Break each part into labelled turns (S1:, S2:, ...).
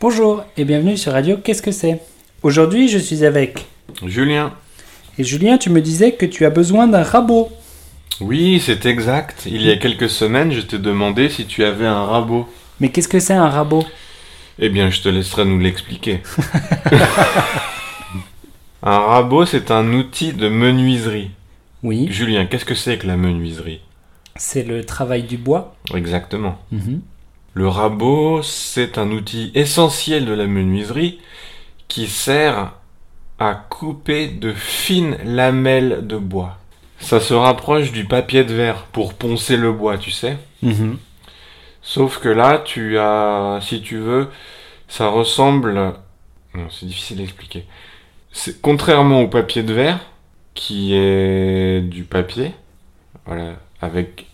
S1: Bonjour et bienvenue sur Radio Qu'est-ce que c'est Aujourd'hui, je suis avec.
S2: Julien.
S1: Et Julien, tu me disais que tu as besoin d'un rabot.
S2: Oui, c'est exact. Il y a quelques semaines, je t'ai demandé si tu avais un rabot.
S1: Mais qu'est-ce que c'est un rabot
S2: Eh bien, je te laisserai nous l'expliquer. un rabot, c'est un outil de menuiserie.
S1: Oui,
S2: Julien, qu'est-ce que c'est que la menuiserie
S1: c'est le travail du bois.
S2: Exactement. Le rabot, c'est un outil essentiel de la menuiserie qui sert à couper de fines lamelles de bois. Ça se rapproche du papier de verre pour poncer le bois, tu sais.
S1: Mm-hmm.
S2: Sauf que là, tu as, si tu veux, ça ressemble. Non, c'est difficile à expliquer. C'est contrairement au papier de verre, qui est du papier, voilà, avec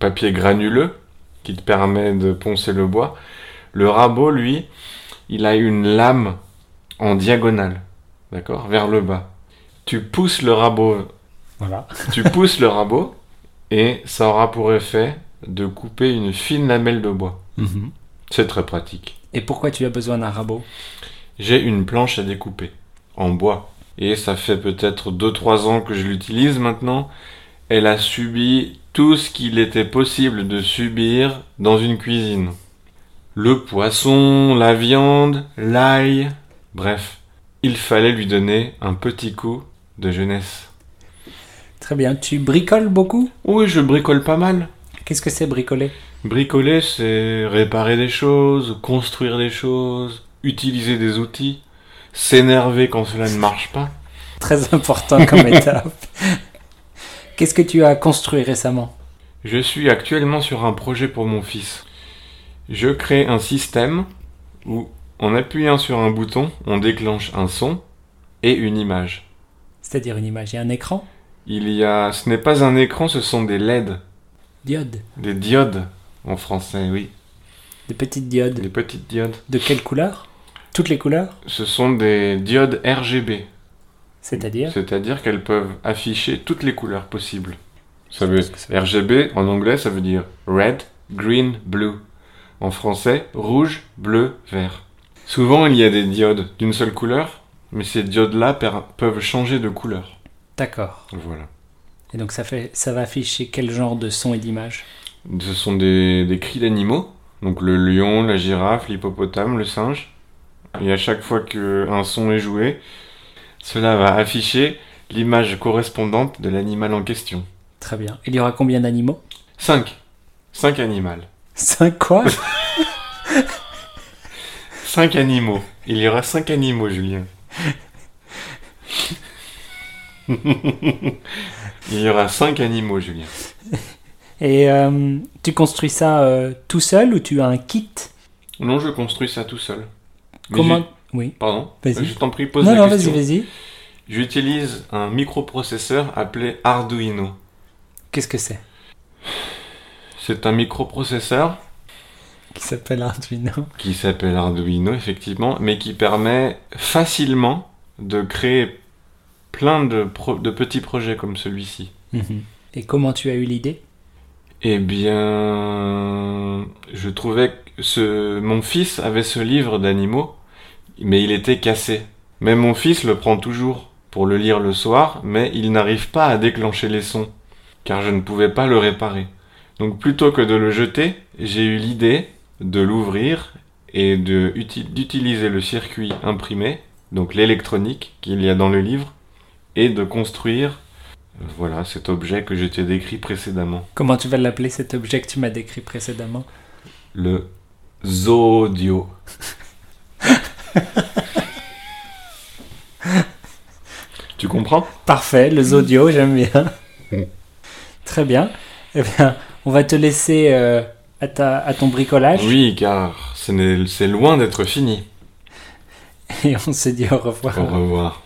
S2: papier granuleux, qui te permet de poncer le bois. Le rabot, lui, il a une lame en diagonale, d'accord, vers le bas. Tu pousses le rabot
S1: Voilà.
S2: tu pousses le rabot et ça aura pour effet de couper une fine lamelle de bois. C'est très pratique.
S1: Et pourquoi tu as besoin d'un rabot
S2: J'ai une planche à découper en bois et ça fait peut-être 2-3 ans que je l'utilise maintenant. Elle a subi tout ce qu'il était possible de subir dans une cuisine. Le poisson, la viande, l'ail, bref, il fallait lui donner un petit coup de jeunesse.
S1: Très bien. Tu bricoles beaucoup
S2: Oui, je bricole pas mal.
S1: Qu'est-ce que c'est bricoler
S2: Bricoler, c'est réparer des choses, construire des choses, utiliser des outils, s'énerver quand cela ne marche pas.
S1: Très important comme étape. Qu'est-ce que tu as construit récemment
S2: Je suis actuellement sur un projet pour mon fils. Je crée un système où, en appuyant sur un bouton, on déclenche un son et une image.
S1: C'est-à-dire une image et un écran
S2: Il y a, ce n'est pas un écran, ce sont des LED,
S1: Diode.
S2: des diodes en français, oui,
S1: Des petites diodes.
S2: des petites diodes.
S1: De quelle couleur Toutes les couleurs
S2: Ce sont des diodes RGB.
S1: C'est-à-dire
S2: C'est-à-dire qu'elles peuvent afficher toutes les couleurs possibles. Ça veut RGB en anglais, ça veut dire red, green, blue. En français, rouge, bleu, vert. Souvent, il y a des diodes d'une seule couleur, mais ces diodes-là per- peuvent changer de couleur.
S1: D'accord.
S2: Voilà.
S1: Et donc ça, fait, ça va afficher quel genre de son et d'image
S2: Ce sont des, des cris d'animaux, donc le lion, la girafe, l'hippopotame, le singe. Et à chaque fois qu'un son est joué, cela va afficher l'image correspondante de l'animal en question.
S1: Très bien. Il y aura combien d'animaux
S2: 5. 5 animaux.
S1: 5 quoi
S2: 5 animaux. Il y aura 5 animaux, Julien. Il y aura 5 animaux, Julien.
S1: Et euh, tu construis ça euh, tout seul ou tu as un kit
S2: Non, je construis ça tout seul. Mais
S1: Comment
S2: j'u-
S1: Oui.
S2: Pardon
S1: Vas-y.
S2: Je t'en prie, pose
S1: Non,
S2: la
S1: non, vas-y,
S2: question.
S1: vas-y.
S2: J'utilise un microprocesseur appelé Arduino.
S1: Qu'est-ce que c'est
S2: C'est un microprocesseur
S1: Qui s'appelle Arduino.
S2: qui s'appelle Arduino, effectivement, mais qui permet facilement de créer plein de, pro- de petits projets comme celui-ci.
S1: Mhm. Et comment tu as eu l'idée
S2: Eh bien, je trouvais que ce... mon fils avait ce livre d'animaux, mais il était cassé. Mais mon fils le prend toujours pour le lire le soir, mais il n'arrive pas à déclencher les sons, car je ne pouvais pas le réparer. Donc plutôt que de le jeter, j'ai eu l'idée de l'ouvrir et de uti- d'utiliser le circuit imprimé, donc l'électronique qu'il y a dans le livre, et de construire, euh, voilà, cet objet que je t'ai décrit précédemment.
S1: Comment tu vas l'appeler cet objet que tu m'as décrit précédemment
S2: Le Zodio. tu comprends
S1: Parfait, le Zodio, j'aime bien. Très bien. Eh bien, on va te laisser euh, à, ta, à ton bricolage
S2: Oui, car ce n'est- c'est loin d'être fini.
S1: et on se dit au revoir.
S2: Au revoir.